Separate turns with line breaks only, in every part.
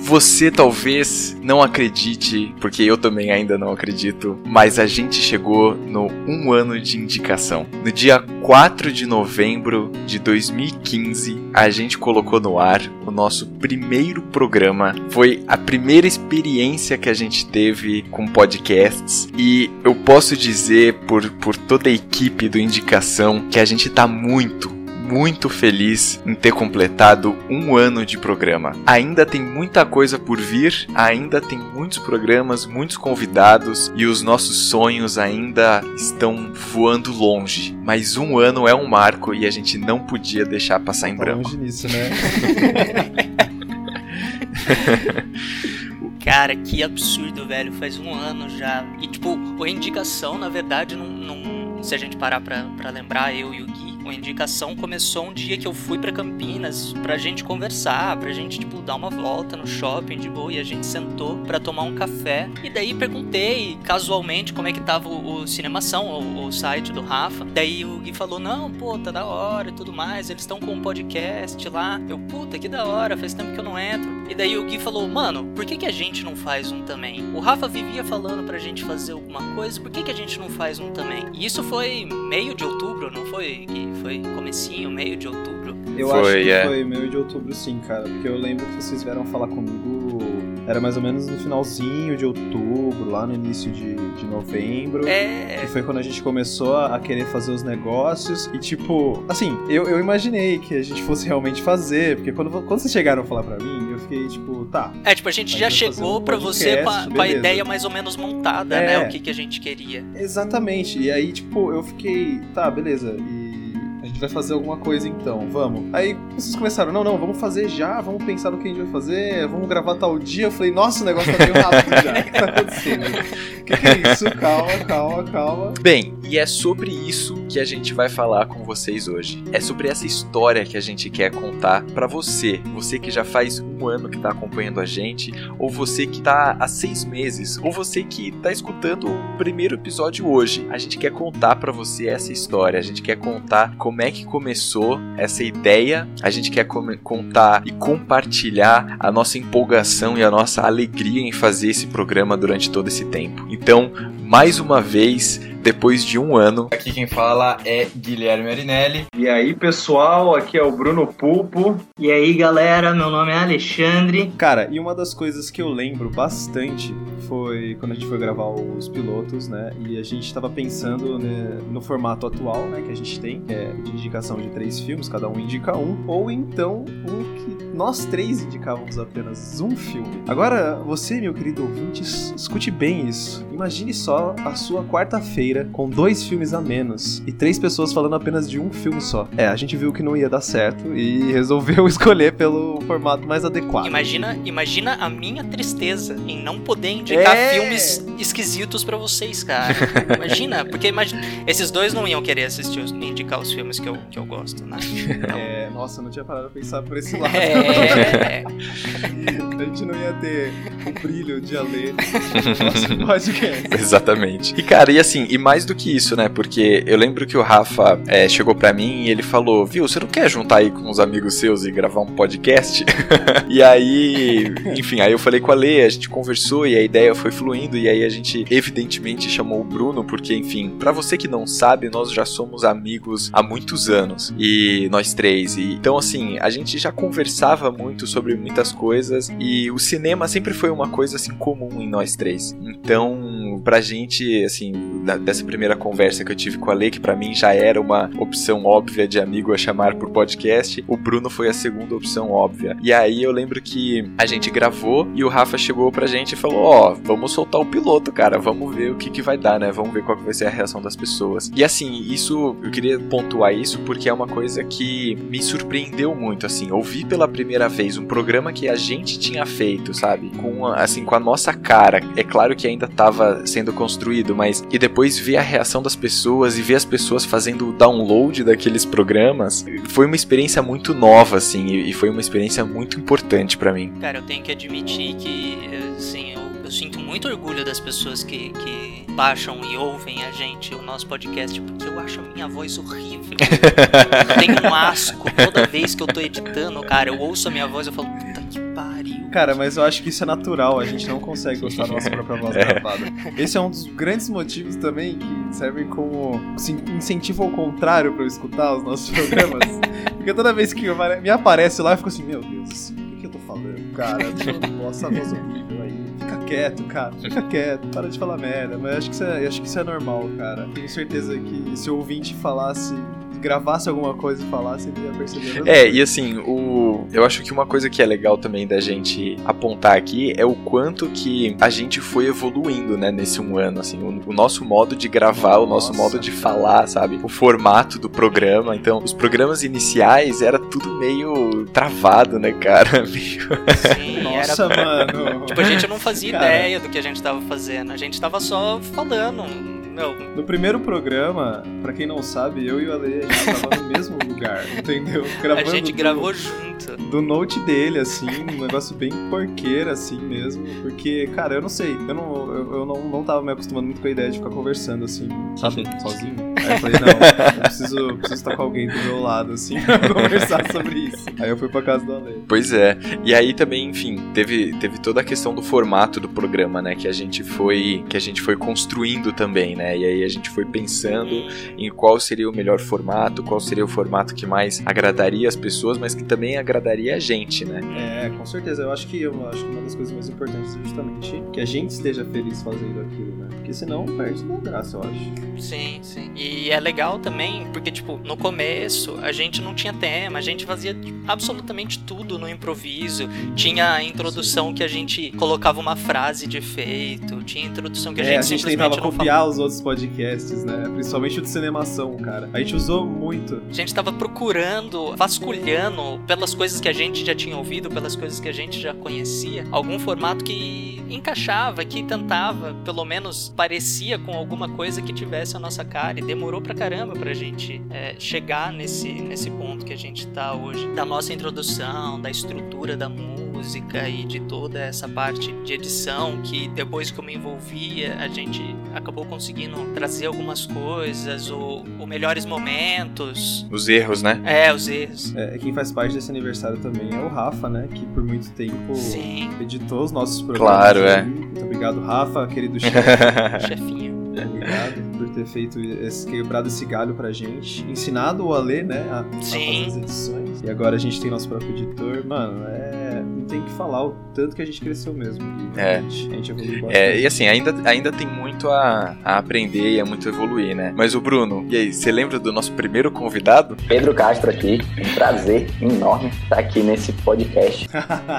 Você talvez não acredite, porque eu também ainda não acredito, mas a gente chegou no um ano de indicação. No dia 4 de novembro de 2015, a gente colocou no ar o nosso primeiro programa. Foi a primeira experiência que a gente teve com podcasts e eu posso dizer por, por toda a equipe do Indicação que a gente tá muito, muito feliz em ter completado um ano de programa. Ainda tem muita coisa por vir, ainda tem muitos programas, muitos convidados e os nossos sonhos ainda estão voando longe. Mas um ano é um marco e a gente não podia deixar passar em branco.
Longe nisso, né?
Cara, que absurdo, velho. Faz um ano já. E, tipo, o Indicação, na verdade, não. não- Se a gente parar pra, pra lembrar, eu e o Gui, o Indicação começou um dia que eu fui pra Campinas pra gente conversar, pra gente, tipo, dar uma volta no shopping de boa. E a gente sentou pra tomar um café. E daí perguntei, casualmente, como é que tava o, o Cinemação, o, o site do Rafa. Daí o Gui falou: Não, pô, tá da hora e tudo mais. Eles estão com um podcast lá. Eu, puta, que da hora, faz tempo que eu não entro. E daí o Gui falou, mano, por que, que a gente não faz um também? O Rafa vivia falando pra gente fazer alguma coisa, por que, que a gente não faz um também? E isso foi meio de outubro, não foi, Gui? Foi comecinho, meio de outubro.
Eu
Foi,
acho que
é.
foi meio de outubro sim, cara. Porque eu lembro que vocês vieram falar comigo. Era mais ou menos no finalzinho de outubro, lá no início de, de novembro.
É.
Que foi quando a gente começou a a querer fazer os negócios. E tipo, assim, eu, eu imaginei que a gente fosse realmente fazer. Porque quando, vo- quando vocês chegaram a falar pra mim, eu fiquei tipo, tá.
É, tipo, a gente
Aí
já
vai fazer
chegou
um
pra você com a,
podcast,
com a
beleza.
ideia mais ou menos montada,
É.
né? O que, que a gente queria.
Exatamente. E aí, tipo, eu fiquei, tá, beleza. E a gente vai fazer alguma coisa então, vamos. Aí vocês começaram, não, não, vamos fazer já, vamos pensar no que a gente vai fazer, vamos gravar tal dia. Eu falei, nossa, o negócio tá meio rápido já. O que tá acontecendo? O que, que é isso? Calma, calma, calma.
Bem, e é sobre isso que a gente vai falar com vocês hoje. É sobre essa história que a gente quer contar pra você, você que já faz um ano que tá acompanhando a gente, ou você que tá há seis meses, ou você que tá escutando o primeiro episódio hoje. A gente quer contar pra você essa história, a gente quer contar como é que começou essa ideia, a gente quer come- contar e compartilhar a nossa empolgação e a nossa alegria em fazer esse programa durante todo esse tempo. Então, mais uma vez, depois de um ano.
Aqui quem fala é Guilherme Arinelli.
E aí, pessoal, aqui é o Bruno Pulpo.
E aí galera, meu nome é Alexandre.
Cara, e uma das coisas que eu lembro bastante foi quando a gente foi gravar os pilotos, né? E a gente tava pensando né, no formato atual, né? Que a gente tem, que é de indicação de três filmes, cada um indica um, ou então um que nós três indicávamos apenas um filme. Agora, você, meu querido ouvinte, es- escute bem isso. Imagine só a sua quarta-feira com dois filmes a menos e três pessoas falando apenas de um filme só. É, a gente viu que não ia dar certo e resolveu escolher pelo formato mais adequado.
Imagina, imagina a minha tristeza em não poder indicar
É.
filmes esquisitos pra vocês, cara. Imagina, porque imagina, esses dois não iam querer assistir, os- indicar os filmes que eu, que eu gosto, né?
É, nossa, eu não tinha parado pra pensar por esse lado.
É,
A gente não ia ter o brilho de Alê no nosso podcast.
Exatamente. E cara, e assim, e mais do que isso, né? Porque eu lembro que o Rafa é, chegou pra mim e ele falou: Viu, você não quer juntar aí com uns amigos seus e gravar um podcast? e aí, enfim, aí eu falei com a Lê, a gente conversou e a ideia foi fluindo. E aí a gente, evidentemente, chamou o Bruno, porque, enfim, pra você que não sabe, nós já somos amigos há muitos anos. E nós três. E, então, assim, a gente já conversava muito sobre muitas coisas. E o cinema sempre foi uma coisa, assim, comum em nós três. Então, pra gente, assim, da- dessa primeira conversa que eu tive com a Lê, que pra mim já era uma opção óbvia de amigo a chamar por podcast, o Bruno foi a segunda opção óbvia. E aí eu lembro que a gente gravou e o Rafa chegou pra gente e falou: Ó, vamos soltar o piloto, cara, vamos ver o que, que vai dar, né? Vamos ver qual que vai ser a reação das pessoas. E assim, isso, eu queria pontuar isso porque é uma coisa que me surpreendeu muito, assim. Ouvi pela primeira vez um programa que a gente tinha feito, sabe? Com, a- assim, com a nossa cara. É claro que ainda tava sendo construído, mas. E depois ver a reação das pessoas e ver as pessoas fazendo o download daqueles programas, foi uma experiência muito nova, assim, e e foi uma experiência muito importante pra mim.
Cara, eu tenho que admitir que, assim, eu, eu sinto muito orgulho das pessoas que, que baixam e ouvem a gente, o nosso podcast, porque eu acho a minha voz horrível. eu tenho um asco toda vez que eu tô editando, cara. Eu ouço a minha voz e falo, puta que pariu.
Cara, mas eu acho que isso é natural, a gente não consegue gostar da nossa própria voz
É.
gravada. Esse é um dos grandes motivos também que servem como assim, incentivo ao contrário pra eu escutar os nossos programas. Porque toda vez que apare- me aparece lá, eu fico assim, meu Deus, o que, que eu tô falando, cara? Tipo, Nossa, voz horrível aí. Fica quieto, cara, fica quieto, para de falar merda. Mas eu acho que isso é, eu acho que isso é normal, cara. Tenho certeza que se o ouvinte falasse, gravasse alguma coisa e falasse, ele ia perceber.
É, e assim, o... eu acho que uma coisa que é legal também da gente apontar aqui é o quanto que a gente foi evoluindo, né, nesse um ano, assim, o, o nosso modo de gravar, o nosso
Nossa.
modo de falar, sabe, o formato do programa, então, os programas iniciais era tudo meio travado, né, cara, meio...
Sim, era
Nossa, mano.
Tipo, a gente não fazia
Cara.
ideia do que a gente tava fazendo. A gente tava só falando. Meu,
No primeiro programa, pra quem não sabe, eu e o Ale, a gente tava no mesmo lugar, entendeu?
a
Gravando
gente
do-
gravou junto.
do note dele, assim, um negócio bem porqueiro, assim mesmo. Porque, cara, eu não sei, eu não, eu, eu não, não tava me acostumando muito com a ideia de ficar conversando, assim, sabe, sozinho. Aí eu falei, não, eu preciso, eu preciso estar com alguém do meu lado, assim, pra conversar sobre isso. Aí eu fui pra casa do Ale.
Pois é. E aí também, enfim, teve, teve toda a questão do formato do programa, né, que a gente foi que a gente foi construindo também, né? E aí a gente foi pensando em qual seria o melhor formato, qual seria o formato que mais agradaria as pessoas, mas que também agradaria a gente, né?
É, com certeza. Eu acho que eu acho que uma das coisas mais importantes é justamente que a gente esteja feliz fazendo aquilo, né? Porque senão perde da graça, eu acho.
Sim, sim. E é legal também, porque, tipo, no começo a gente não tinha tema, a gente fazia absolutamente tudo no improviso. Tinha a introdução que a gente colocava uma frase de efeito, tinha a introdução que a
É,
gente
a gente
simplesmente
tentava
não
copiar os outros podcasts, né? Principalmente o de cinemação, cara. A gente usou muito.
A gente tava procurando, vasculhando pelas coisas que a gente já tinha ouvido, pelas coisas que a gente já conhecia, algum formato que encaixava, que tentava, pelo menos parecia com alguma coisa que tivesse a nossa cara. E demorou pra caramba pra gente é, chegar nesse, nesse ponto que a gente tá hoje. Da nossa introdução, da estrutura da música e de toda essa parte de edição que depois que eu me envolvia, a gente acabou conseguindo trazer algumas coisas, ou, ou melhores momentos.
Os erros, né?
É, os erros.
É, quem faz parte desse aniversário também é o Rafa, né? Que por muito tempo
Sim,
editou os nossos programas.
Claro, é.
Muito obrigado, Rafa, querido chefe.
chefinho.
obrigado por ter feito esse, quebrado esse galho pra gente. Ensinado o Alê, né? A, a
Sim.
fazer as edições. E agora a gente tem nosso próprio editor. Mano, é. Não tem o que falar o tanto que a gente cresceu mesmo. E,
É.
realmente, A gente evoluiu bastante.
É, e assim, ainda, ainda tem muito a, a aprender e é muito a evoluir, né? Mas o Bruno, e aí, você lembra do nosso primeiro convidado?
Pedro Castro aqui, um prazer enorme estar aqui nesse podcast.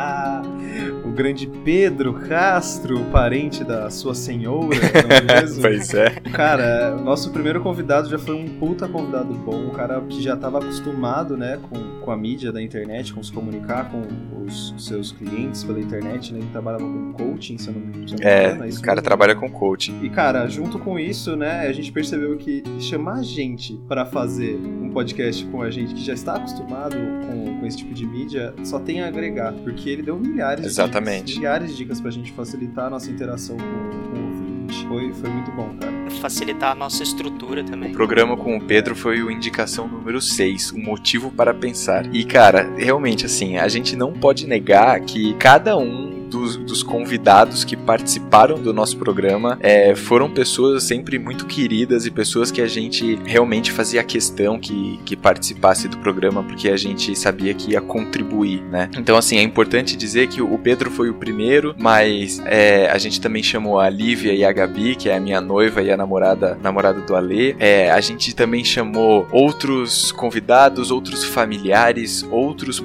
o grande Pedro Castro, parente da sua senhora, não é mesmo?
Pois é.
Cara, o nosso primeiro convidado já foi um puta convidado bom, um cara que já estava acostumado, né, com, com a mídia da internet, com se comunicar com os seus clientes pela internet, né, ele trabalhava com coaching, se eu não, se eu não me
É,
engano, isso
o cara
mesmo?
trabalha com coaching.
E cara, junto com isso, né, a gente percebeu que chamar a gente pra fazer um podcast com a gente que já está acostumado com, com esse tipo de mídia só tem a agregar, porque ele deu milhares de
Exatamente.
dicas, milhares de dicas pra gente facilitar a nossa interação com, com o ouvinte. Foi, foi muito bom, cara.
Facilitar a nossa estrutura
O
também.
programa com o Pedro foi o indicação número 6, um motivo para pensar. E cara, realmente assim, a gente não pode negar que cada um dos, dos convidados que participaram do nosso programa é, foram pessoas sempre muito queridas e pessoas que a gente realmente fazia questão que, que participasse do programa porque a gente sabia que ia contribuir, né? Então assim, é importante dizer que o Pedro foi o primeiro, mas é, a gente também chamou a Lívia e a Gabi, que é a minha noiva e a namorada, namorada do Alê. É, a gente também chamou outros convidados, outros familiares, outros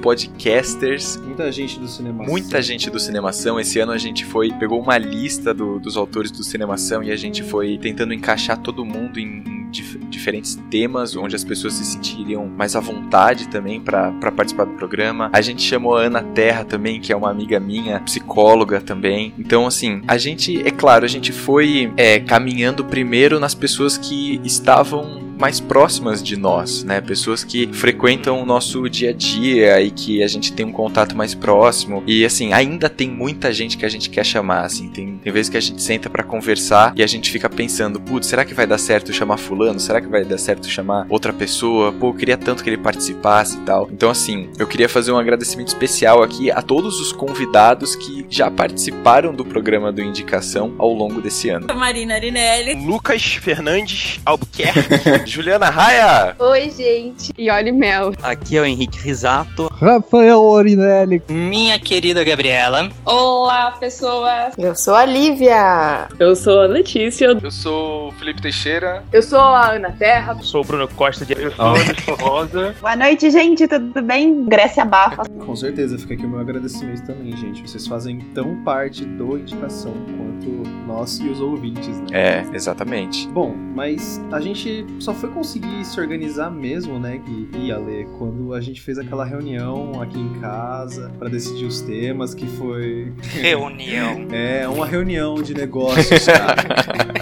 podcasters.
Muita gente do cinema.
Muita gente do Cinemação. Esse ano a gente foi, pegou uma lista do- dos autores do Cinemação e a gente foi tentando encaixar todo mundo em em dif- diferentes temas onde as pessoas se sentiriam mais à vontade também para participar do programa. A gente chamou a Ana Terra também, que é uma amiga minha, psicóloga também. Então, assim, a gente, é claro, a gente foi é, caminhando primeiro nas pessoas que estavam mais próximas de nós, né? Pessoas que frequentam o nosso dia a dia e que a gente tem um contato mais próximo. E assim, ainda tem muita gente que a gente quer chamar, assim. Tem, tem vezes que a gente senta pra conversar e a gente fica pensando, putz, será que vai dar certo chamar fulano? Será que vai dar certo chamar outra pessoa? Pô, eu queria tanto que ele participasse e tal. Então assim, eu queria fazer um agradecimento especial aqui a todos os convidados que já participaram do programa do Indicação ao longo desse ano.
Marina Arinelli.
Lucas Fernandes Albuquerque.
Juliana Raia!
Oi, gente. E olhe mel.
Aqui é o Henrique Risato.
Rafael Orinelli.
Minha querida Gabriela.
Olá, pessoas.
Eu sou a Lívia.
Eu sou a Letícia.
Eu sou o Felipe Teixeira.
Eu sou a Ana Terra.
Eu sou o Bruno Costa de Eu
Ah.
sou a Rosa.
Boa noite, gente. Tudo bem? Grécia Bafa.
Com certeza, fica aqui o meu agradecimento também, gente. Vocês fazem tão parte do Indicação quanto nós e os ouvintes, né?
É, exatamente.
Bom, mas a gente só foi conseguir se organizar mesmo, né, Gui e Ale, quando a gente fez aquela reunião aqui em casa para decidir os temas, que foi...
Reunião.
é, uma reunião de negócios, tá?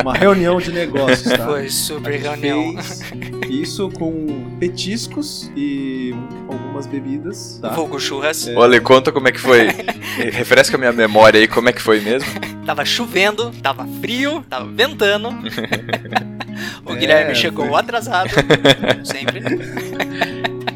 uma reunião de negócios, tá?
Foi super reunião.
isso com petiscos e algumas bebidas, tá?
Fogo churras.
É... Olha, conta como é que foi. Refresca a minha memória aí, como é que foi mesmo?
tava chovendo, tava frio, tava ventando. o é, Guilherme chegou foi... atrasado, sempre.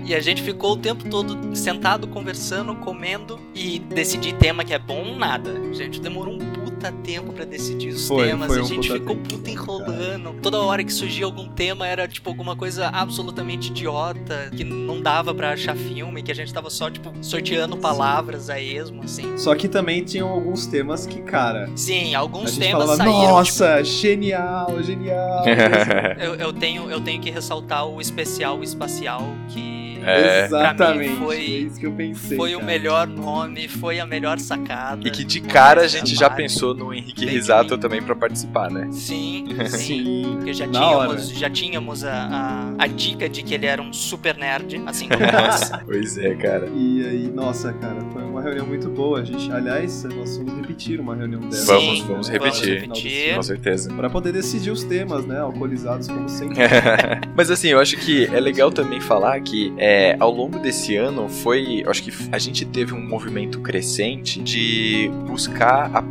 E a gente ficou o tempo todo sentado, conversando, comendo e decidir tema que é bom, nada. A gente demorou um puta tempo para decidir os
foi,
temas,
foi
a
um
gente
puta
ficou
tempo,
puta enrolando. Toda hora que surgia algum tema era tipo alguma coisa absolutamente idiota, que não dava para achar filme, que a gente tava só tipo sorteando palavras a esmo, assim.
Só que também tinham alguns temas que, cara.
Sim, alguns
a gente
temas
falava,
saíram.
Nossa, tipo... genial, genial.
eu, eu, tenho, eu tenho que ressaltar o especial espacial que
é.
Exatamente.
foi, é
isso que eu pensei.
Foi
cara.
o melhor nome, foi a melhor sacada.
E que de cara a gente já pensou no Henrique Bem Risato também para participar, né?
Sim, sim. sim. Porque já Na tínhamos, hora. já tínhamos a, a, a, dica de que ele era um super nerd, assim como nós.
pois é, cara.
E aí, nossa, cara, foi uma reunião muito boa. A gente, aliás, nós vamos repetir uma reunião dessa.
Vamos,
sim,
vamos repetir.
Vamos repetir.
Com certeza.
Para poder decidir os temas, né? Alcoolizados, como sempre.
Mas assim, eu acho que é legal também falar que é, ao longo desse ano foi, acho que a gente teve um movimento crescente de buscar a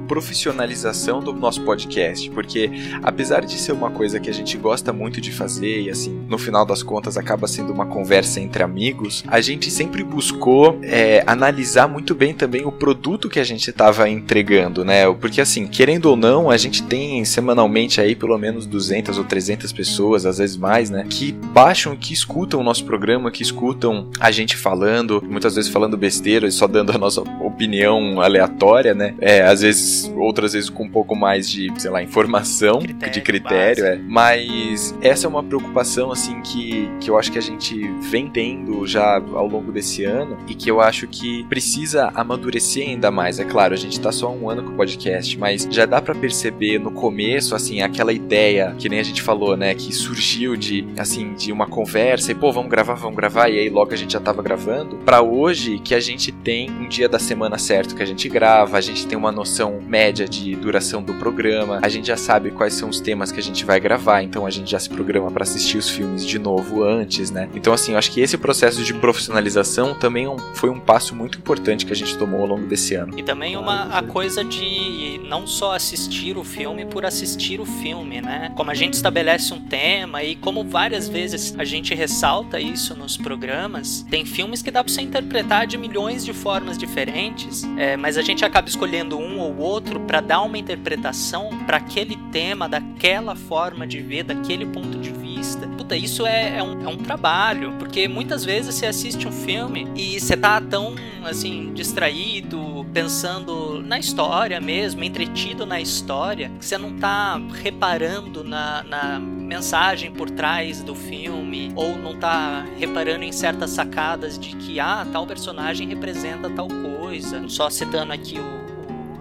profissionalização do nosso podcast, porque apesar de ser uma coisa que a gente gosta muito de fazer e assim, no final das contas acaba sendo uma conversa entre amigos, a gente sempre buscou é, analisar muito bem também o produto que a gente estava entregando, né? Porque assim, querendo ou não, a gente tem semanalmente aí pelo menos 200 ou 300 pessoas, às vezes mais, né, que baixam, que escutam o nosso programa, que escutam escutam a gente falando, muitas vezes falando besteira e só dando a nossa opinião aleatória, né? É, às vezes, outras vezes com um pouco mais de, sei lá, informação,
critério,
de critério, é. Mas essa é uma preocupação, assim, que, que eu acho que a gente vem tendo já ao longo desse ano e que eu acho que precisa amadurecer ainda mais. É claro, a gente tá só um ano com o podcast, mas já dá para perceber no começo, assim, aquela ideia que nem a gente falou, né? Que surgiu de, assim, de uma conversa e, pô, vamos gravar, vamos gravar, e aí logo a gente já tava gravando, para hoje que a gente tem um dia da semana certo que a gente grava, a gente tem uma noção média de duração do programa, a gente já sabe quais são os temas que a gente vai gravar, então a gente já se programa para assistir os filmes de novo antes, né? Então assim, eu acho que esse processo de profissionalização também foi um passo muito importante que a gente tomou ao longo desse ano.
E também uma a coisa de não só assistir o filme por assistir o filme, né? Como a gente estabelece um tema e como várias vezes a gente ressalta isso nos programas tem filmes que dá pra você interpretar de milhões de formas diferentes, é, mas a gente acaba escolhendo um ou outro para dar uma interpretação para aquele tema, daquela forma de ver, daquele ponto de vista. Puta, isso é, é, um, é um trabalho, porque muitas vezes você assiste um filme e você tá tão, assim, distraído, pensando na história mesmo, entretido na história, que você não tá reparando na, na mensagem por trás do filme, ou não tá reparando em certas sacadas de que ah, tal personagem representa tal coisa. Só citando aqui o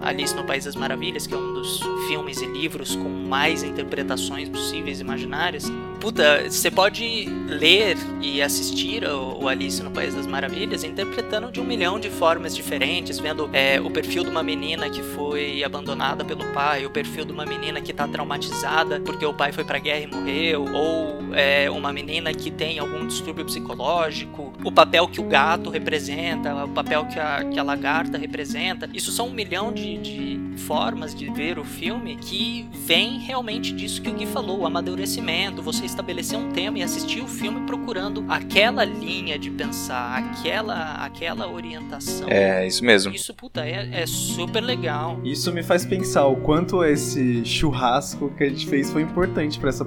Alice no País das Maravilhas, que é um dos filmes e livros com mais interpretações possíveis e imaginárias. Puta, você pode ler e assistir o, o Alice no País das Maravilhas interpretando de um milhão de formas diferentes, vendo é, o perfil de uma menina que foi abandonada pelo pai, o perfil de uma menina que tá traumatizada porque o pai foi pra guerra e morreu, ou é, uma menina que tem algum distúrbio psicológico, o papel que o gato representa, o papel que a, que a lagarta representa. Isso são um milhão de, de formas de ver o filme que vem realmente disso que o Gui falou, o amadurecimento, você estabelecer um tema e assistir o filme procurando aquela linha de pensar, aquela, aquela orientação.
É, isso mesmo.
Isso, puta, é, é super legal.
Isso me faz pensar o quanto esse churrasco que a gente fez foi importante para essa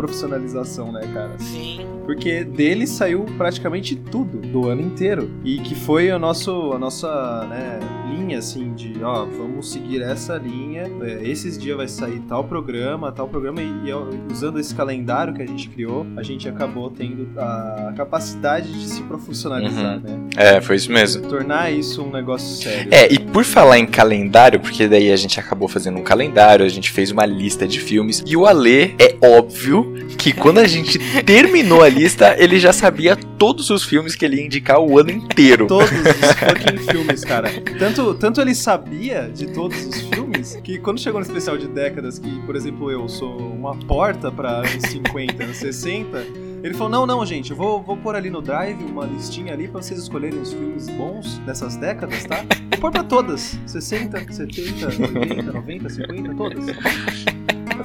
profissionalização, né, cara?
Sim.
Porque dele saiu praticamente tudo do ano inteiro e que foi o nosso, a nossa né, linha, assim, de ó, vamos seguir essa linha, é, esses dias vai sair tal programa, tal programa, e, e, usando esse calendário que a gente criou, a gente acabou tendo a capacidade de se profissionalizar, uhum. né?
É, foi isso mesmo.
Tornar isso um negócio sério.
É, e por falar em calendário, porque daí a gente acabou fazendo um calendário, a gente fez uma lista de filmes, e o Alê, é óbvio que quando a gente terminou a lista, ele já sabia todos os filmes que ele ia indicar o ano inteiro.
Todos os fucking filmes, cara. Tanto, tanto ele sabia de todos os filmes que quando chegou no especial de décadas, que, por exemplo, eu sou uma porta para anos 50, anos 60. Ele falou: não, não, gente, eu vou, vou pôr ali no drive uma listinha ali pra vocês escolherem os filmes bons dessas décadas, tá? Vou pôr pra todas: 60, 70, 80, 90, 50, todas.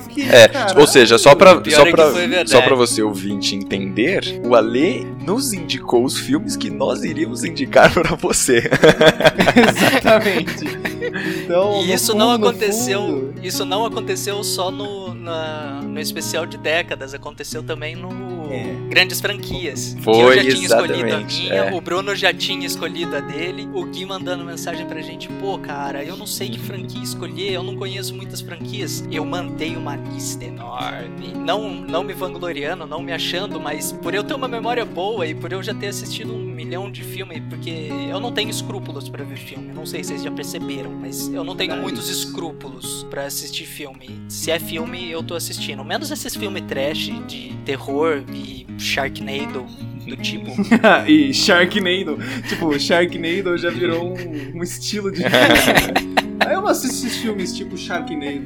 Fiquei, é, caralho. ou seja, só pra, só, pra, só pra você ouvinte entender, o Ale nos indicou os filmes que nós iríamos indicar pra você.
Exatamente. Então,
e isso
fundo,
não aconteceu. Isso não aconteceu só no, na, no especial de décadas, aconteceu também no. É. Grandes franquias.
Foi,
eu já tinha escolhido a minha,
é.
o Bruno já tinha escolhido a dele, o Gui mandando mensagem pra gente: pô, cara, eu não sei que franquia escolher, eu não conheço muitas franquias. Eu mandei uma lista enorme. Não, não me vangloriando, não me achando, mas por eu ter uma memória boa e por eu já ter assistido um milhão de filmes, porque eu não tenho escrúpulos para ver filme. Não sei se vocês já perceberam, mas eu não tenho
É
Daí. muitos escrúpulos para assistir filme. Se é filme, eu tô assistindo. Menos esses filmes trash de terror e Sharknado do tipo.
e Sharknado. Tipo, Sharknado já virou um, um estilo de filme. Aí eu não assisto esses filmes tipo Sharknado.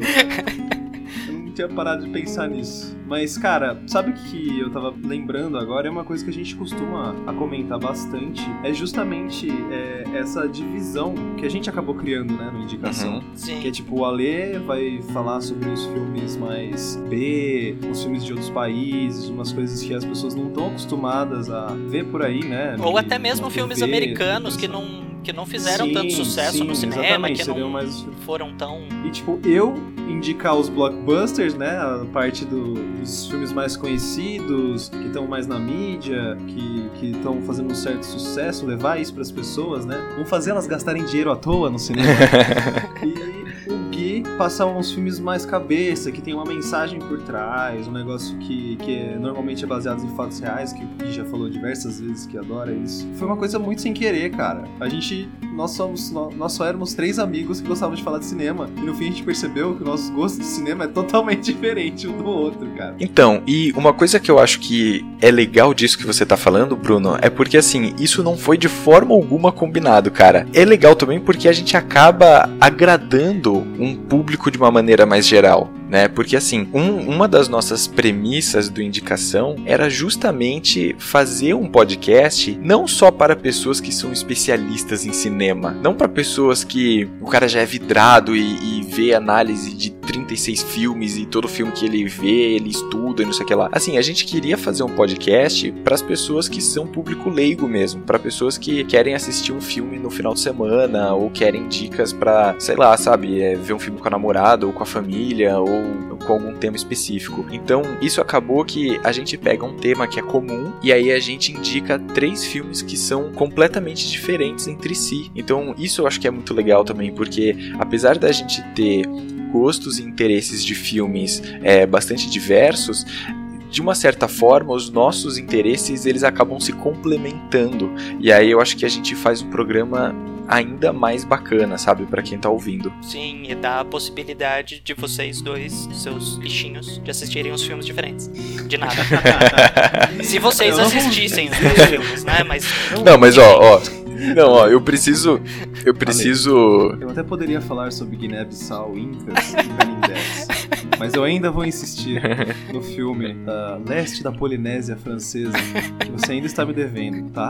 tinha parado de pensar nisso. Mas, cara, sabe o que eu tava lembrando agora? É uma coisa que a gente costuma a comentar bastante. É justamente é, essa divisão que a gente acabou criando, né, no Indicação. Uhum.
Sim.
Que é tipo, o Ale vai falar sobre os filmes mais B, os filmes de outros países, umas coisas que as pessoas não estão acostumadas a ver por aí, né?
Ou e, até mesmo filmes TV, americanos que não que não fizeram
sim,
tanto sucesso
sim,
no cinema,
exatamente,
que não
mais...
foram tão.
E tipo, eu indicar os blockbusters, né? A parte do, dos filmes mais conhecidos, que estão mais na mídia, que estão fazendo um certo sucesso, levar isso para as pessoas, né? Não fazer elas gastarem dinheiro à toa no cinema. e o Gui passar uns filmes mais cabeça, que tem uma mensagem por trás, um negócio que, que é, normalmente é baseado em fatos reais, que o Gui já falou diversas vezes que adora isso. Foi uma coisa muito sem querer, cara. A gente nós somos nós só éramos três amigos que gostavam de falar de cinema e no fim a gente percebeu que o nosso gosto de cinema é totalmente diferente um do outro, cara.
Então, e uma coisa que eu acho que é legal disso que você tá falando, Bruno, é porque assim, isso não foi de forma alguma combinado, cara. É legal também porque a gente acaba agradando um público de uma maneira mais geral, né? Porque assim, um, uma das nossas premissas do indicação era justamente fazer um podcast não só para pessoas que são especialistas em cinema. Não para pessoas que o cara já é vidrado e, e, vê análise de 36 filmes e todo filme que ele vê, ele estuda e não sei o que lá. Assim, a gente queria fazer um podcast para as pessoas que são público leigo mesmo, para pessoas que querem assistir um filme no final de semana ou querem dicas para, sei lá, sabe, é, ver um filme com a namorada ou com a família ou com algum tema específico. Então, isso acabou que a gente pega um tema que é comum e aí a gente indica três filmes que são completamente diferentes entre si. Então, isso eu acho que é muito legal também, porque apesar da gente ter gostos e interesses de filmes é, bastante diversos, de uma certa forma, os nossos interesses eles acabam se complementando. E aí eu acho que a gente faz um programa ainda mais bacana, sabe, para quem tá ouvindo.
Sim, e dá a possibilidade de vocês dois, seus lixinhos, de assistirem os filmes diferentes. De nada. Se vocês assistissem os dois filmes, né? Mas.
Não, mas ó, ó. Não, ó, eu preciso. Eu preciso.
Eu até poderia falar sobre Guiné-Bissau, Incas e Benindés, mas eu ainda vou insistir no filme uh, Leste da Polinésia Francesa, que você ainda está me devendo, tá?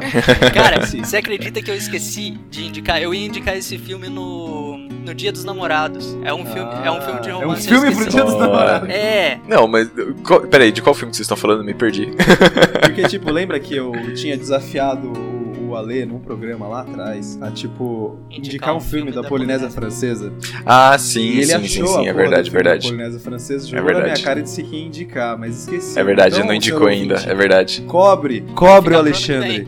Cara, você acredita que eu esqueci de indicar? Eu ia indicar esse filme no. No Dia dos Namorados. É um filme, é um filme de romance.
É um filme pro Dia dos Namorados.
É.
Não, mas. Qual, peraí, de qual filme que vocês estão falando? Me perdi.
Porque, tipo, lembra que eu tinha desafiado o Alê num programa lá atrás a, tipo, indicar, indicar um filme, filme da, da Polinésia, Polinésia Francesa.
Ah, sim,
e ele
sim,
achou
sim, sim, é
a
verdade, verdade.
Polinésia Francesa
é
jogou na
verdade.
minha cara e disse que ia indicar, mas esqueci.
É verdade,
Então,
não indicou
senhor
ainda,
ouvinte,
é verdade.
Cobre, cobre o
Fica
Alexandre.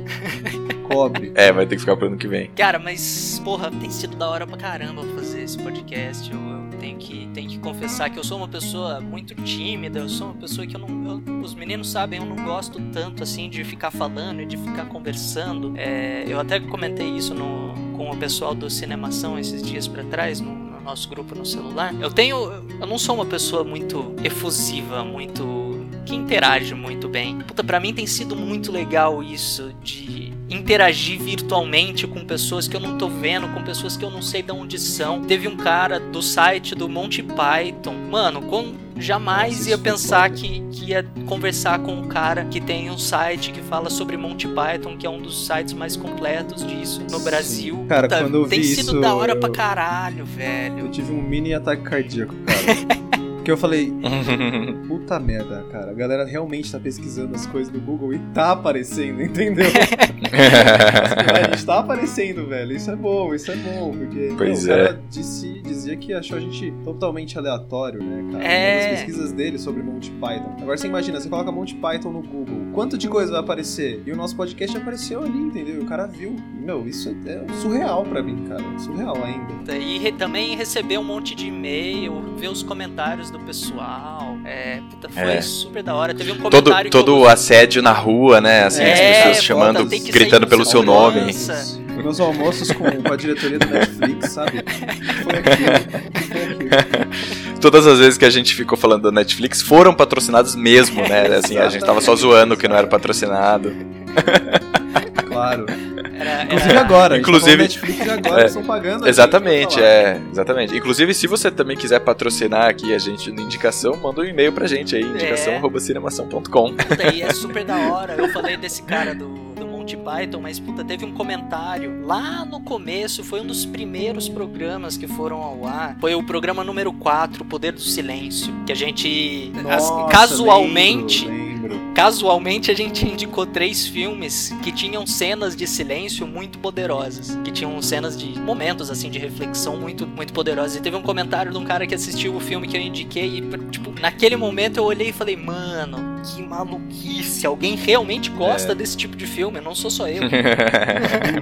Cobre.
É, vai ter que ficar pro ano que vem.
Cara, mas, porra, tem sido da hora pra caramba fazer esse podcast. Eu, eu tenho, que, tenho que confessar que eu sou uma pessoa muito tímida, eu sou uma pessoa que eu não. eu- os meninos sabem, eu não gosto tanto assim de ficar falando e de ficar conversando. É, eu até comentei isso no- com o pessoal do Cinemação esses dias pra trás, no, no nosso grupo no celular. Eu tenho. Eu não sou uma pessoa muito efusiva, muito. que interage muito bem. Puta, pra mim tem sido muito legal isso de interagir virtualmente com pessoas que eu não tô vendo, com pessoas que eu não sei de onde são. Teve um cara do site do Monty Python. Mano, com jamais
Nossa,
ia
isso foi
pensar
foda.
que, que ia conversar com um cara que tem um site que fala sobre Monty Python, que é um dos sites mais completos disso no
Sim.
Brasil.
Cara,
Puta,
quando eu
tem
vi
sido
isso,
da hora pra
eu-
caralho, velho.
Eu tive um mini ataque cardíaco, cara. Porque eu falei, puta merda, cara. A galera realmente tá pesquisando as coisas no Google e tá aparecendo, entendeu? a gente tá aparecendo, velho. Isso é bom, isso é bom. Porque
Pois
meu, o
é.
cara disse- dizia que achou a gente totalmente aleatório, né, cara?
É.
Uma das pesquisas dele sobre Monty Python. Agora você imagina, você coloca Monty Python no Google. Quanto de coisa vai aparecer? E o nosso podcast apareceu ali, entendeu? E o cara viu. E, meu, isso é surreal pra mim, cara. Surreal ainda.
E re- também receber um monte de e-mail, ver os comentários do pessoal. É, puta, foi
É.
super da hora. Teve um
Todo,
comentário que eu-
todo assédio na rua, né? Assim, as
É,
pessoas
bota,
chamando,
tem que
gritando
sair
pelo
com
seu nome.
segurança.
Meus almoços com, com a diretoria do Netflix, sabe? Foi aquilo.
Todas as vezes que a gente ficou falando da Netflix foram patrocinadas mesmo, né? Assim, a gente tava só zoando que não era patrocinado.
Claro.
Era-
Inclusive
era-
agora.
Inclusive-
a gente tá falando Netflix agora,
É,
eles estão pagando. a gente
exatamente,
pra falar.
é. Exatamente. Inclusive, se você também quiser patrocinar aqui a gente na indicação, manda um e-mail pra gente
É.
aí, indicação.cinemação.com.
Puta, e é super da hora. Eu falei desse cara do, do Monty Python, mas puta, teve um comentário lá no começo, foi um dos primeiros programas que foram ao ar. Foi o programa número 4, O Poder do Silêncio, que a gente as-
Nossa,
casualmente
lembro, lembro.
Casualmente a gente indicou três filmes que tinham cenas de silêncio muito poderosas, que tinham cenas de momentos assim de reflexão muito muito poderosas. E teve um comentário de um cara que assistiu o filme que eu indiquei e tipo, naquele momento eu olhei e falei: "Mano, que maluquice. Alguém realmente
É.
gosta desse tipo de filme, não sou só eu".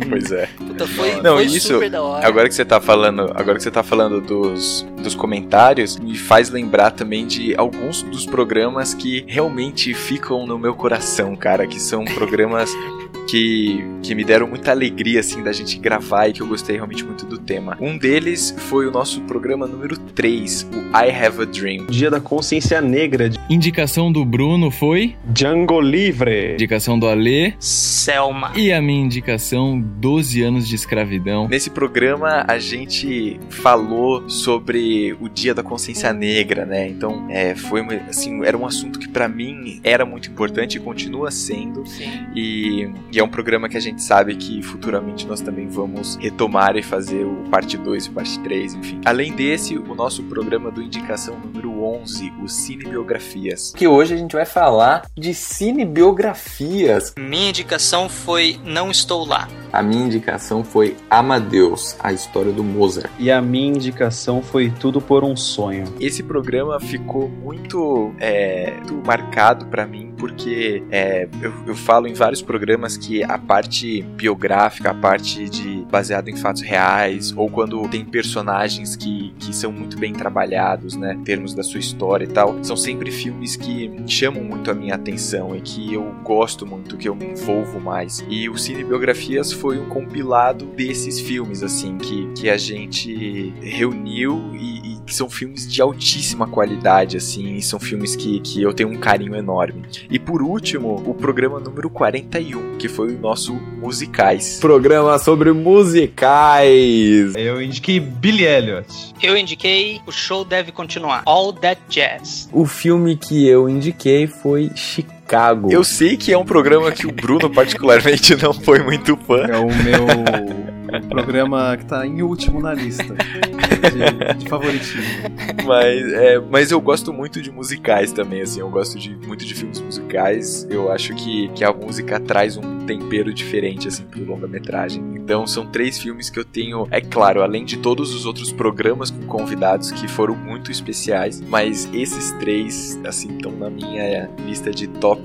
pois é.
Puta, foi,
Não,
foi
isso.
super da hora.
Agora que você tá falando, agora que você tá falando dos, dos comentários, me faz lembrar também de alguns dos programas que realmente ficam no meu coração, cara, que são programas que, que me deram muita alegria assim da gente gravar e que eu gostei realmente muito do tema. Um deles foi o nosso programa número 3, o I Have a Dream.
Dia da Consciência Negra. Indicação do Bruno foi Django Livre. Indicação do Alê
Selma.
E a minha indicação 12 anos de escravidão.
Nesse programa a gente falou sobre o Dia da Consciência Negra, né? Então, é, foi uma- assim, era um assunto que pra mim era muito importante e continua sendo. E, e é um programa que a gente sabe que futuramente nós também vamos retomar e fazer o parte 2 e parte 3, enfim. Além desse, o nosso programa do indicação número 11, o Cinebiografias.
Que hoje a gente vai falar de cinebiografias.
Minha indicação foi Não Estou Lá.
A minha indicação foi Amadeus, a história do Mozart.
E a minha indicação foi Tudo por um Sonho.
Esse programa ficou muito, é, muito marcado pra mim, porque é, eu, eu falo em vários programas que a parte biográfica, a parte de baseado em fatos reais, ou quando tem personagens que, que são muito bem trabalhados, né? Em termos da sua história e tal. São sempre filmes que chamam muito a minha atenção e que eu gosto muito, que eu me envolvo mais. E o Cinebiografias foi um compilado desses filmes, assim, que, que a gente reuniu e, e que são filmes de altíssima qualidade, assim, e são filmes que, que eu tenho um carinho enorme. E por último, o programa número 41, que foi o nosso Musicais.
Programa sobre musicais.
Eu indiquei Billy Elliot.
Eu indiquei O Show Deve Continuar, All That Jazz.
O filme que eu indiquei foi Chicago. Chicago.
Eu sei que é um programa que o Bruno particularmente não foi muito fã.
É o meu programa que tá em último na lista. De, de favoritismo.
Mas, é, mas eu gosto muito de musicais também, assim. Eu gosto de, muito de filmes musicais. Eu acho que, que a música traz um tempero diferente, assim, pro longa-metragem. Então, são três filmes que eu tenho, é claro, além de todos os outros programas com convidados que foram muito especiais, mas esses três, assim, estão na minha lista de top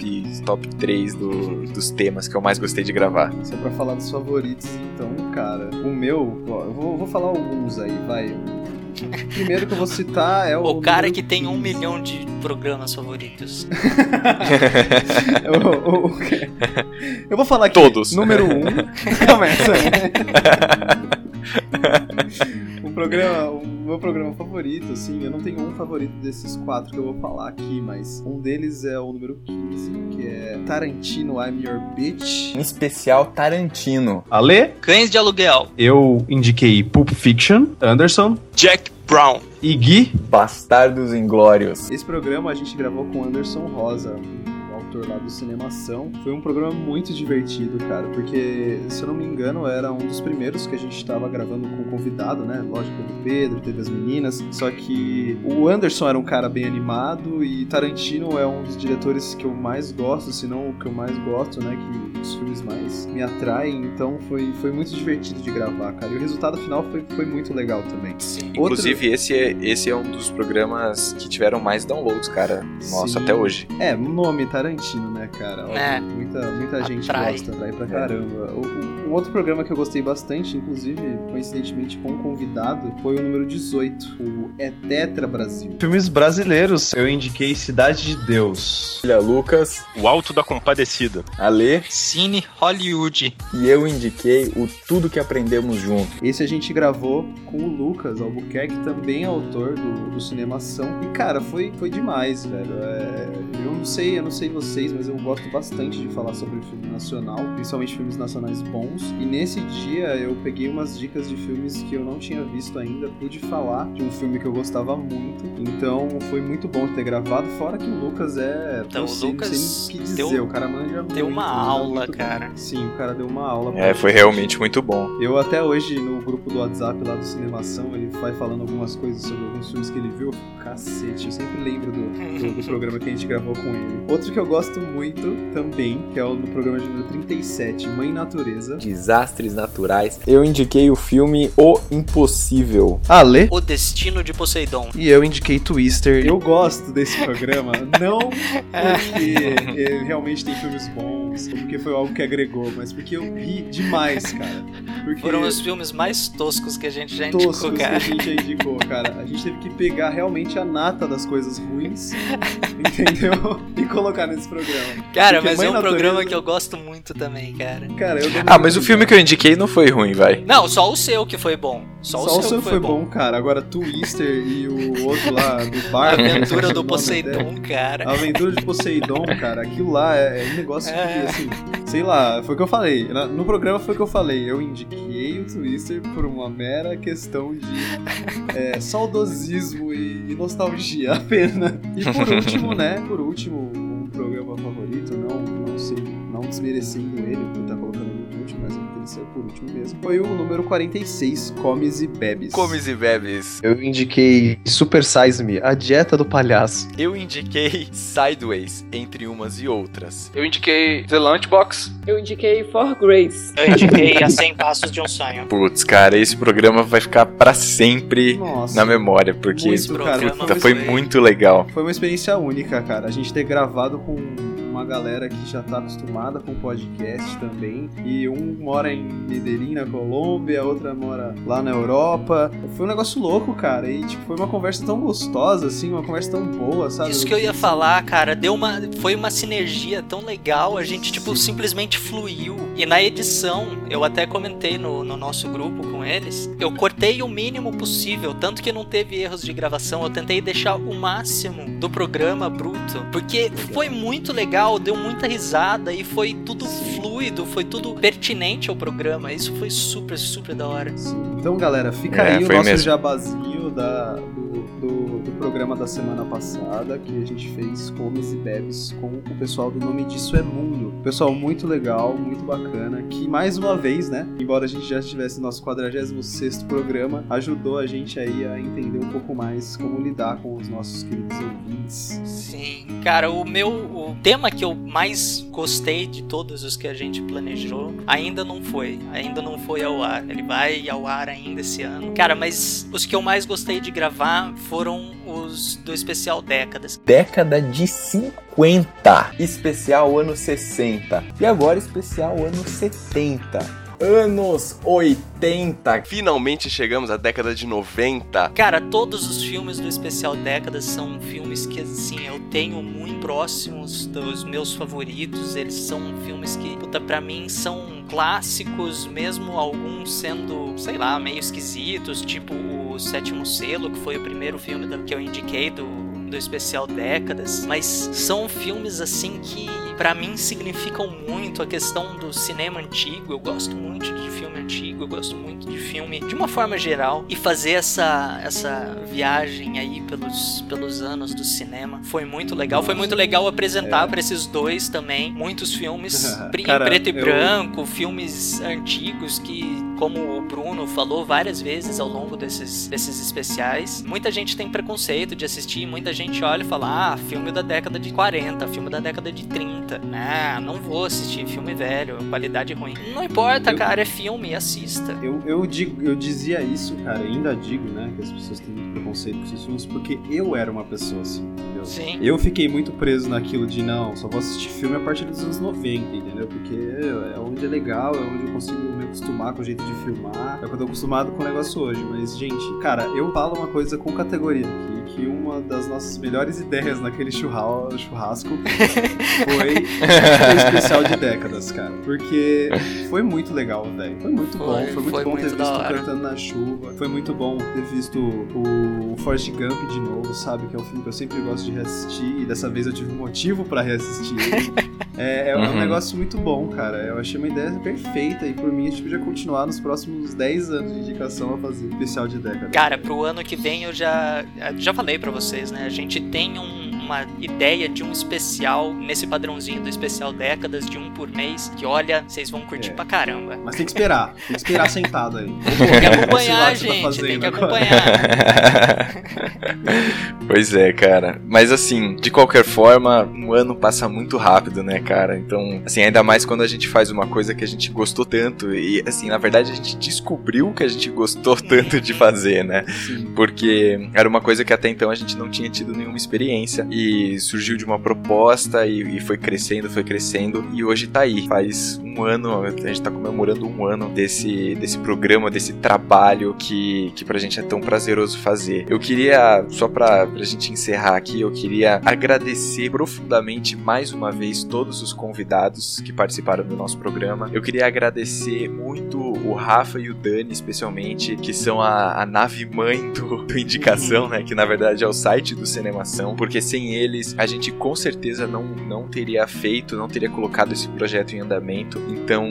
top 3 do, dos temas que eu mais gostei de gravar.
Só é pra falar dos favoritos, então, cara. O meu, ó, eu vou, vou falar alguns aí, vai. O primeiro que eu vou citar é o.
O cara que tem 15. um milhão de programas favoritos.
eu, eu, eu, eu, vou falar aqui.
Todos.
Número 1. Um, começa. o programa. O meu programa favorito, assim, eu não tenho um favorito desses quatro que eu vou falar aqui, mas um deles é o número 15, que é Tarantino I'm Your Bitch.
Em especial Tarantino.
Ale?
Cães de aluguel.
Eu indiquei Pulp Fiction, Anderson.
Jack Brown.
E Gui?
Bastardos Inglórios.
Esse programa a gente gravou com Anderson Rosa, autor lá do Cinemação. Foi um programa muito divertido, cara, porque, se eu não me engano, era um dos primeiros que a gente estava gravando com convidado, né? Lógico, teve o Pedro, teve as meninas. Só que o Anderson era um cara bem animado e Tarantino é um dos diretores que eu mais gosto, se não o que eu mais gosto, né? Que os filmes mais me atraem. Então foi, foi muito divertido de gravar, cara. E o resultado final foi, foi muito legal também.
Sim. Outro... Inclusive, esse é, esse é um dos programas que tiveram mais downloads, cara. Nossa, Sim. até hoje.
É, nome Tarantino. Né, cara? É. Muita, muita gente atrai. gosta, atrai pra caramba. O, o, um outro programa que eu gostei bastante, inclusive, coincidentemente com um convidado, foi o número 18, o É Tetra Brasil.
Filmes brasileiros, eu indiquei Cidade de Deus.
Filha Lucas.
O Alto da Compadecida.
Ale.
Cine Hollywood.
E eu indiquei o Tudo que Aprendemos Junto.
Esse a gente gravou com o Lucas Albuquerque, também é autor do, do Cinemação. E, cara, foi, foi demais, velho. É, eu não sei, eu não sei você mas eu gosto bastante de falar sobre filme nacional, principalmente filmes nacionais bons. E nesse dia eu peguei umas dicas de filmes que eu não tinha visto ainda, pude falar de um filme que eu gostava muito. Então foi muito bom ter gravado, fora que o Lucas é.
Então,
sei,
o Lucas
que dizer, deu, o cara manja muito.
Deu uma aula, cara.
Bom. Sim, o cara deu uma aula.
É, foi realmente muito bom.
Eu até hoje no grupo do WhatsApp lá do Cinemação, ele vai falando algumas coisas sobre alguns filmes que ele viu. Cacete, eu sempre lembro
É.
do, do, do programa que a gente gravou com ele. Outro que eu gosto gosto muito também, que é o do programa de número 37, Mãe Natureza.
Desastres naturais. Eu indiquei o filme O Impossível.
Ale.
O Destino de Poseidon.
E eu indiquei Twister.
Eu gosto desse programa, não
É.
porque realmente tem filmes bons, porque foi algo que agregou, mas porque eu ri demais, cara. Porque
Foram os filmes mais toscos que a gente já indicou, toscos cara.
que a gente já indicou, cara. A gente teve que pegar realmente a nata das coisas ruins, entendeu? E colocar nesse programa.
Cara, Porque mas é um natureza... programa que eu gosto muito também, cara.
cara
ah, mas o filme que eu indiquei não foi ruim, vai.
Não, só o seu que foi bom. Só,
só
o seu,
foi, foi bom. bom. cara. Agora Twister e o outro lá do né, bar.
A aventura
é
do Poseidon, cara.
A aventura de Poseidon, cara. Aquilo lá é, é um negócio que, é. assim, sei lá, foi o que eu falei. No programa foi o que eu falei. Eu indiquei o Twister por uma mera questão de é, saudosismo e nostalgia apenas. E por último, né? Por último, um programa favorito, não, não sei, não desmerecendo ele por estar colocando ele por último, mas ele saiu por último mesmo. Foi o número 46, Comes e Bebes.
Comes e Bebes.
Eu indiquei Super Size Me, a dieta do palhaço.
Eu indiquei Sideways, entre umas e outras.
Eu indiquei The Lunchbox.
Eu indiquei For Grace.
Eu indiquei A 100 Passos de um Sonho.
Putz, cara, esse programa vai ficar para sempre Nossa, na memória,
é
porque muito, cara, Então foi, foi muito legal.
Foi uma experiência única, cara. A gente ter gravado com uma galera que já tá acostumada com podcast também. E um mora em Medellín, na Colômbia, a outra mora lá na Europa. Foi um negócio louco, cara. E tipo, foi uma conversa tão gostosa, assim, uma conversa tão boa, sabe?
Isso que eu ia falar, cara, deu uma. Foi uma sinergia tão legal, a gente, tipo, simplesmente fluiu. E na edição, eu até comentei no, no nosso grupo com eles, eu cortei o mínimo possível, tanto que não teve erros de gravação. Eu tentei deixar o máximo do programa bruto, porque foi muito legal, deu muita risada e foi tudo fluido, foi tudo pertinente ao programa. Isso foi super, super da hora.
Então, galera, fica
É,
aí o
foi
nosso
mesmo.
jabazinho da, do, do- do programa da semana passada que a gente fez comes e bebes com o pessoal do Nome Disso é Mundo. Pessoal muito legal, muito bacana, que mais uma vez, né, embora a gente já estivesse no nosso 46º programa, ajudou a gente aí a entender um pouco mais como lidar com os nossos queridos ouvintes.
Sim. Cara, o meu o tema que eu mais gostei de todos os que a gente planejou ainda não foi. Ainda não foi ao ar. Ele vai ao ar ainda esse ano. Cara, mas os que eu mais gostei de gravar foram os do especial Décadas.
Década de 50. Especial ano 60. E agora especial ano 70. Anos 80.
Finalmente chegamos à década de
Tá.
90.
Cara, todos os filmes do especial Décadas são filmes que, assim, eu tenho muito próximos dos meus favoritos. Eles são filmes que, puta, pra mim são clássicos, mesmo alguns sendo, sei lá, meio esquisitos, tipo o Sétimo Selo, que foi o primeiro filme da- que eu indiquei do do especial décadas, mas são filmes assim que pra mim significam muito a questão do cinema antigo. Eu gosto muito de filme antigo, eu gosto muito de filme de uma forma geral e fazer essa essa viagem aí pelos pelos anos do cinema foi muito legal. Foi muito legal apresentar pra esses dois também muitos filmes pre-
Cara,
em preto e
eu-
branco, filmes antigos que como o Bruno falou várias vezes ao longo desses, desses especiais, muita gente tem preconceito de assistir, muita gente olha e fala: ah, filme da década de 40, filme da década de 30. Ah, não vou assistir filme velho, qualidade ruim. Não importa,
Eu-
cara, é filme, assista.
Eu, eu, digo, eu dizia isso, cara, e ainda digo, né, que as pessoas têm muito preconceito com esses filmes, porque eu era uma pessoa assim, entendeu?
Sim.
Eu fiquei muito preso naquilo de, não, só vou assistir filme a partir dos anos 90, entendeu? Porque é onde é legal, é onde eu consigo me acostumar com o jeito de filmar, é o que eu tô acostumado com o negócio hoje, mas, gente, cara, eu falo uma coisa com categoria aqui, que uma das nossas melhores ideias naquele churral- churrasco foi o especial de décadas, cara. Porque foi muito legal, velho. Foi muito
Foi,
bom. Foi muito
foi
bom
muito
ter
da
visto
hora.
Cantando na Chuva. Foi muito bom ter visto o Forrest Gump de novo, sabe? Que é um filme que eu sempre gosto de reassistir. E dessa vez eu tive um motivo pra reassistir ele. É, é um
Uhum.
negócio muito bom, cara. Eu achei uma ideia perfeita. E por mim, a gente podia continuar nos próximos 10 anos de indicação a fazer especial de década.
Cara, pro ano que vem eu já eh, já falei pra vocês, né? A gente tem um- uma ideia de um especial nesse padrãozinho do especial décadas de um por mês, que olha, vocês vão curtir pra caramba.
Mas tem que esperar. Tem que esperar sentado aí.
Tem que
Sei lá o
acompanhar,
que você tá
gente, tem que
fazendo agora.
acompanhar.
pois é, cara. Mas assim, de qualquer forma, um ano passa muito rápido, né, cara? Então, assim, ainda mais quando a gente faz uma coisa que a gente gostou tanto. E, assim, na verdade, a gente descobriu que a gente gostou tanto de fazer, né? Porque era uma coisa que até então a gente não tinha tido nenhuma experiência. E surgiu de uma proposta e, e foi crescendo, foi crescendo. E hoje tá aí. Faz um ano, a gente tá comemorando um ano desse, desse programa, desse trabalho que, que pra gente é tão prazeroso fazer. Eu queria, só pra, pra gente encerrar aqui, eu queria agradecer profundamente mais uma vez todos os convidados que participaram do nosso programa. Eu queria agradecer muito o Rafa e o Dani, especialmente, que são a, a nave mãe do, do Indicação, né? Que na verdade é o site do Cinemação, porque sem eles a gente com certeza não, não teria feito, não teria colocado esse projeto em andamento. Então.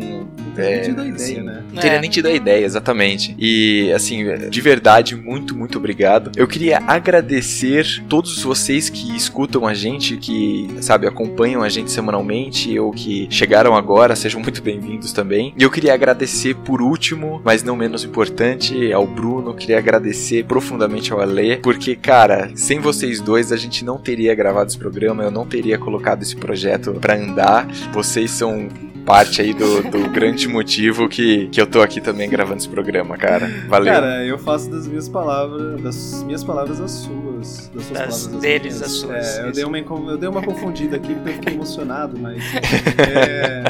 teria
é,
tido a ideia,
assim,
né?
Não teria
É.
nem tido a ideia, exatamente. E, assim, de verdade, muito, muito obrigado. Eu queria agradecer todos vocês que escutam a gente, que, sabe, acompanham a gente semanalmente ou que chegaram agora, sejam muito bem-vindos também. E eu queria agradecer, por último, mas não menos importante, ao Bruno. Queria agradecer profundamente ao Ale, porque, cara, sem vocês dois a gente não teria gravado esse programa, eu não teria colocado esse projeto pra andar. Vocês são parte aí do, do grande motivo que, que eu tô aqui também gravando esse programa, cara. Valeu.
Cara, eu faço das minhas palavras, das minhas palavras as suas. palavras. Das suas
Das
palavras
deles,
minhas.
as suas.
É, eu, dei uma, encom- eu dei uma confundida aqui porque eu fiquei emocionado, mas. é,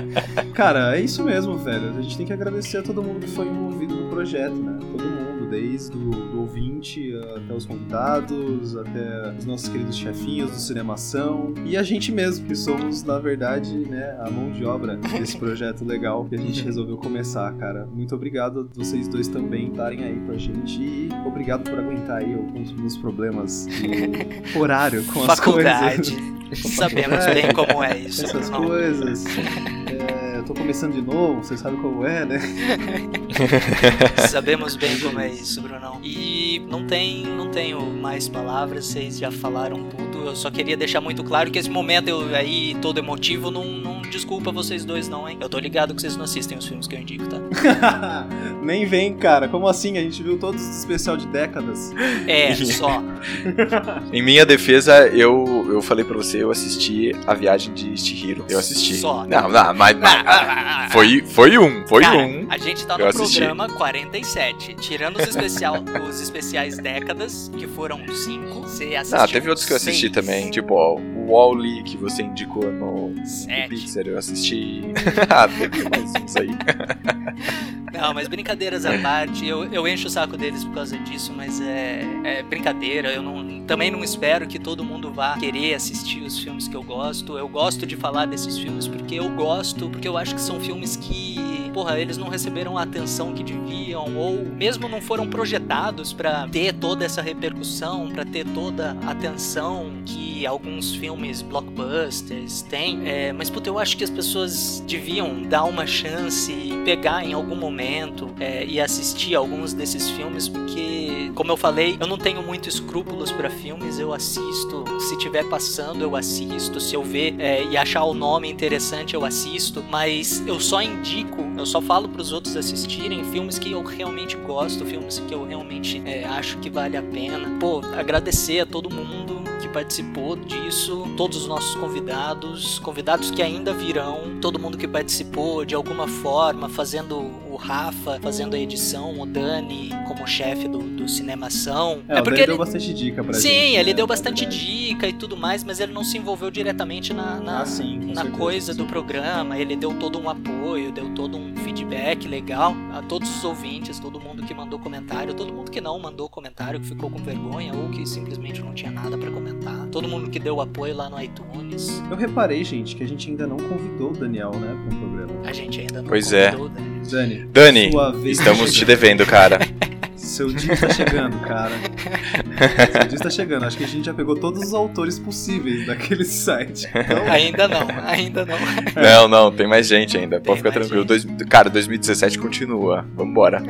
cara, é isso mesmo, velho. A gente tem que agradecer a todo mundo que foi envolvido no projeto, né? Todo mundo, desde o do ouvinte até os convidados, até os nossos queridos chefinhos do Cinemação. E a gente mesmo, que somos, na verdade, né, a mão de obra desse projeto legal que a gente resolveu começar, cara. Muito obrigado a vocês dois também estarem aí com a gente. E obrigado por aguentar aí alguns dos problemas do horário com as coisas.
Faculdade. Sabemos bem como é isso,
Essas
não.
coisas. É, eu tô começando de novo, vocês sabem como é, né?
Sabemos bem como é isso, Brunão. E não, tem, não tenho mais palavras, vocês já falaram tudo. Eu só queria deixar muito claro que esse momento eu aí, todo emotivo, não, não desculpa vocês dois, não, hein? Eu tô ligado que vocês não assistem os filmes que eu indico, tá?
Nem vem, cara. Como assim? A gente viu todos os especial de décadas.
É, só.
Em minha defesa, eu, eu falei pra você, eu assisti a viagem de Chihiro. Eu assisti.
Só. Ah,
Não, não, mas. mas- foi, foi um, foi
Cara,
um.
A gente tá
Eu
no
assisti.
programa 47. Tirando os, especial, os especiais décadas, que foram 5, você assistiu.
Ah, teve outros que eu assisti
seis.
também. Tipo, ó, o Wall-E que você indicou no, no
Sete.
Pixar, eu assisti. ah, teve mais uns aí.
Não, mas brincadeiras à parte, eu, eu encho o saco deles por causa disso, mas é, é brincadeira. Eu não, também não espero que todo mundo vá querer assistir os filmes que eu gosto. Eu gosto de falar desses filmes porque eu gosto, porque eu acho que são filmes que, porra, eles não receberam a atenção que deviam, ou mesmo não foram projetados pra ter toda essa repercussão, pra ter toda a atenção que alguns filmes blockbusters têm. É, mas, puta, eu acho que as pessoas deviam dar uma chance e pegar em algum momento é, e assistir alguns desses filmes, porque, como eu falei, eu não tenho muito escrúpulos pra filmes, eu assisto. Se tiver passando, eu assisto. Se eu ver é, e achar o nome interessante, eu assisto. Mas eu só indico, eu só falo pros outros assistirem filmes que eu realmente gosto, filmes que eu realmente é, acho que vale a pena. Pô, agradecer a todo mundo que participou disso, todos os nossos convidados, convidados que ainda virão, todo mundo que participou de alguma forma, fazendo o Rafa, fazendo a edição, o Dani como chefe do, do Cinemação.
É, o Dani
ele-
deu bastante dica pra
Sim,
gente. né?
ele deu bastante dica e tudo mais, mas ele não se envolveu diretamente na, na,
Ah, sim, com
na
certeza.
coisa do programa. Ele deu todo um apoio, deu todo um feedback legal a todos os ouvintes, todo mundo que mandou comentário, todo mundo que não mandou comentário, que ficou com vergonha ou que simplesmente não tinha nada pra comentar, todo mundo que deu apoio lá no iTunes.
Eu reparei, gente, que a gente ainda não convidou o Daniel, né, pro programa.
A gente ainda não
Pois é.
convidou, né?
Dani.
Dani,
sua vez tá
estamos te
chegando.
devendo, cara.
Seu dia está chegando, cara. Seu dia está chegando. Acho que a gente já pegou todos os autores possíveis daquele site. Então,
Ainda não, ainda não.
É.
Não, não, tem mais gente ainda. Pode ficar tranquilo. Dois, cara, 2017 continua. Vambora.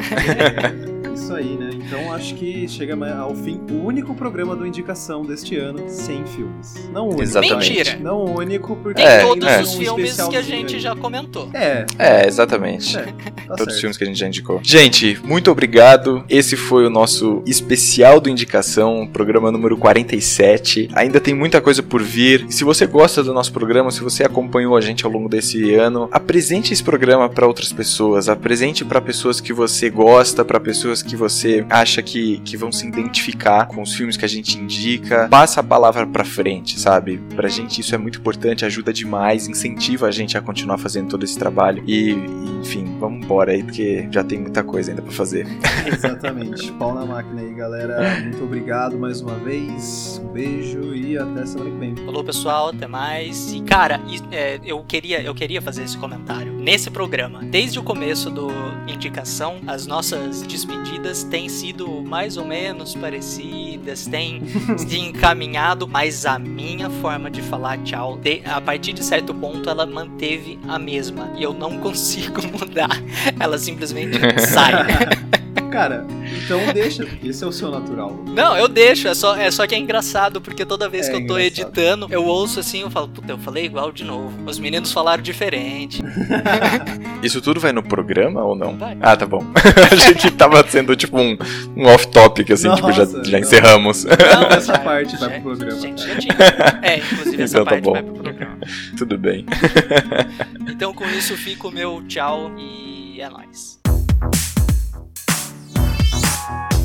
é isso aí, né? Então acho que chega ao fim o único programa do Indicação deste ano sem filmes. Não o único.
Exatamente.
Mentira.
Não o único, porque
Tem
É,
todos
é.
os
Um
filmes que a
especialzinho
gente
aí.
já comentou.
É.
É, exatamente.
É,
Todos
certo.
os filmes que a gente já indicou. Gente, muito obrigado. Esse foi o nosso especial do Indicação, programa número 47. Ainda tem muita coisa por vir. Se você gosta do nosso programa, se você acompanhou a gente ao longo desse ano, apresente esse programa para outras pessoas. Apresente para pessoas que você gosta, para pessoas que você acha que, que vão se identificar com os filmes que a gente indica. Passa a palavra para frente, sabe? Pra gente isso é muito importante, ajuda demais, incentiva a gente a continuar fazendo todo esse trabalho. E, e, enfim, vamos embora aí, porque já tem muita coisa ainda pra fazer.
Exatamente. Pau na máquina aí, galera. Muito obrigado mais uma vez. Um beijo e até semana que vem.
Falou pessoal, até mais. E cara, e, é, eu, queria, eu queria fazer esse comentário. Nesse programa, desde o começo do Indicação, as nossas despedidas têm sido mais ou menos parecidas, têm se encaminhado, mas a minha forma de falar tchau, de- a partir de certo ponto, ela manteve a mesma. E eu não consigo mudar. Ela simplesmente sai.
Cara, então deixa. Esse é o seu natural.
Não, eu deixo, é só, é só que é engraçado, porque toda vez
É
que eu tô
engraçado.
editando, eu ouço assim, eu falo, puta, eu falei igual de novo. Os meninos falaram diferente.
Isso tudo vai no programa ou não?
Vai.
Ah, tá bom. Achei que tava sendo tipo um, um off-topic, assim, tipo, já,
Nossa,
já
não.
encerramos.
Não, essa parte vai pro programa.
é, Já tinha. É, inclusive essa
então tá
parte
bom.
vai pro programa.
Tudo bem.
Então com isso fica o meu tchau e é nóis.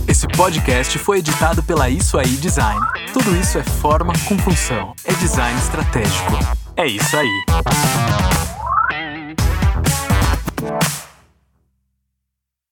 Esse
podcast foi editado pela Isso Aí Design. Tudo isso é forma com função. É design estratégico. É isso aí.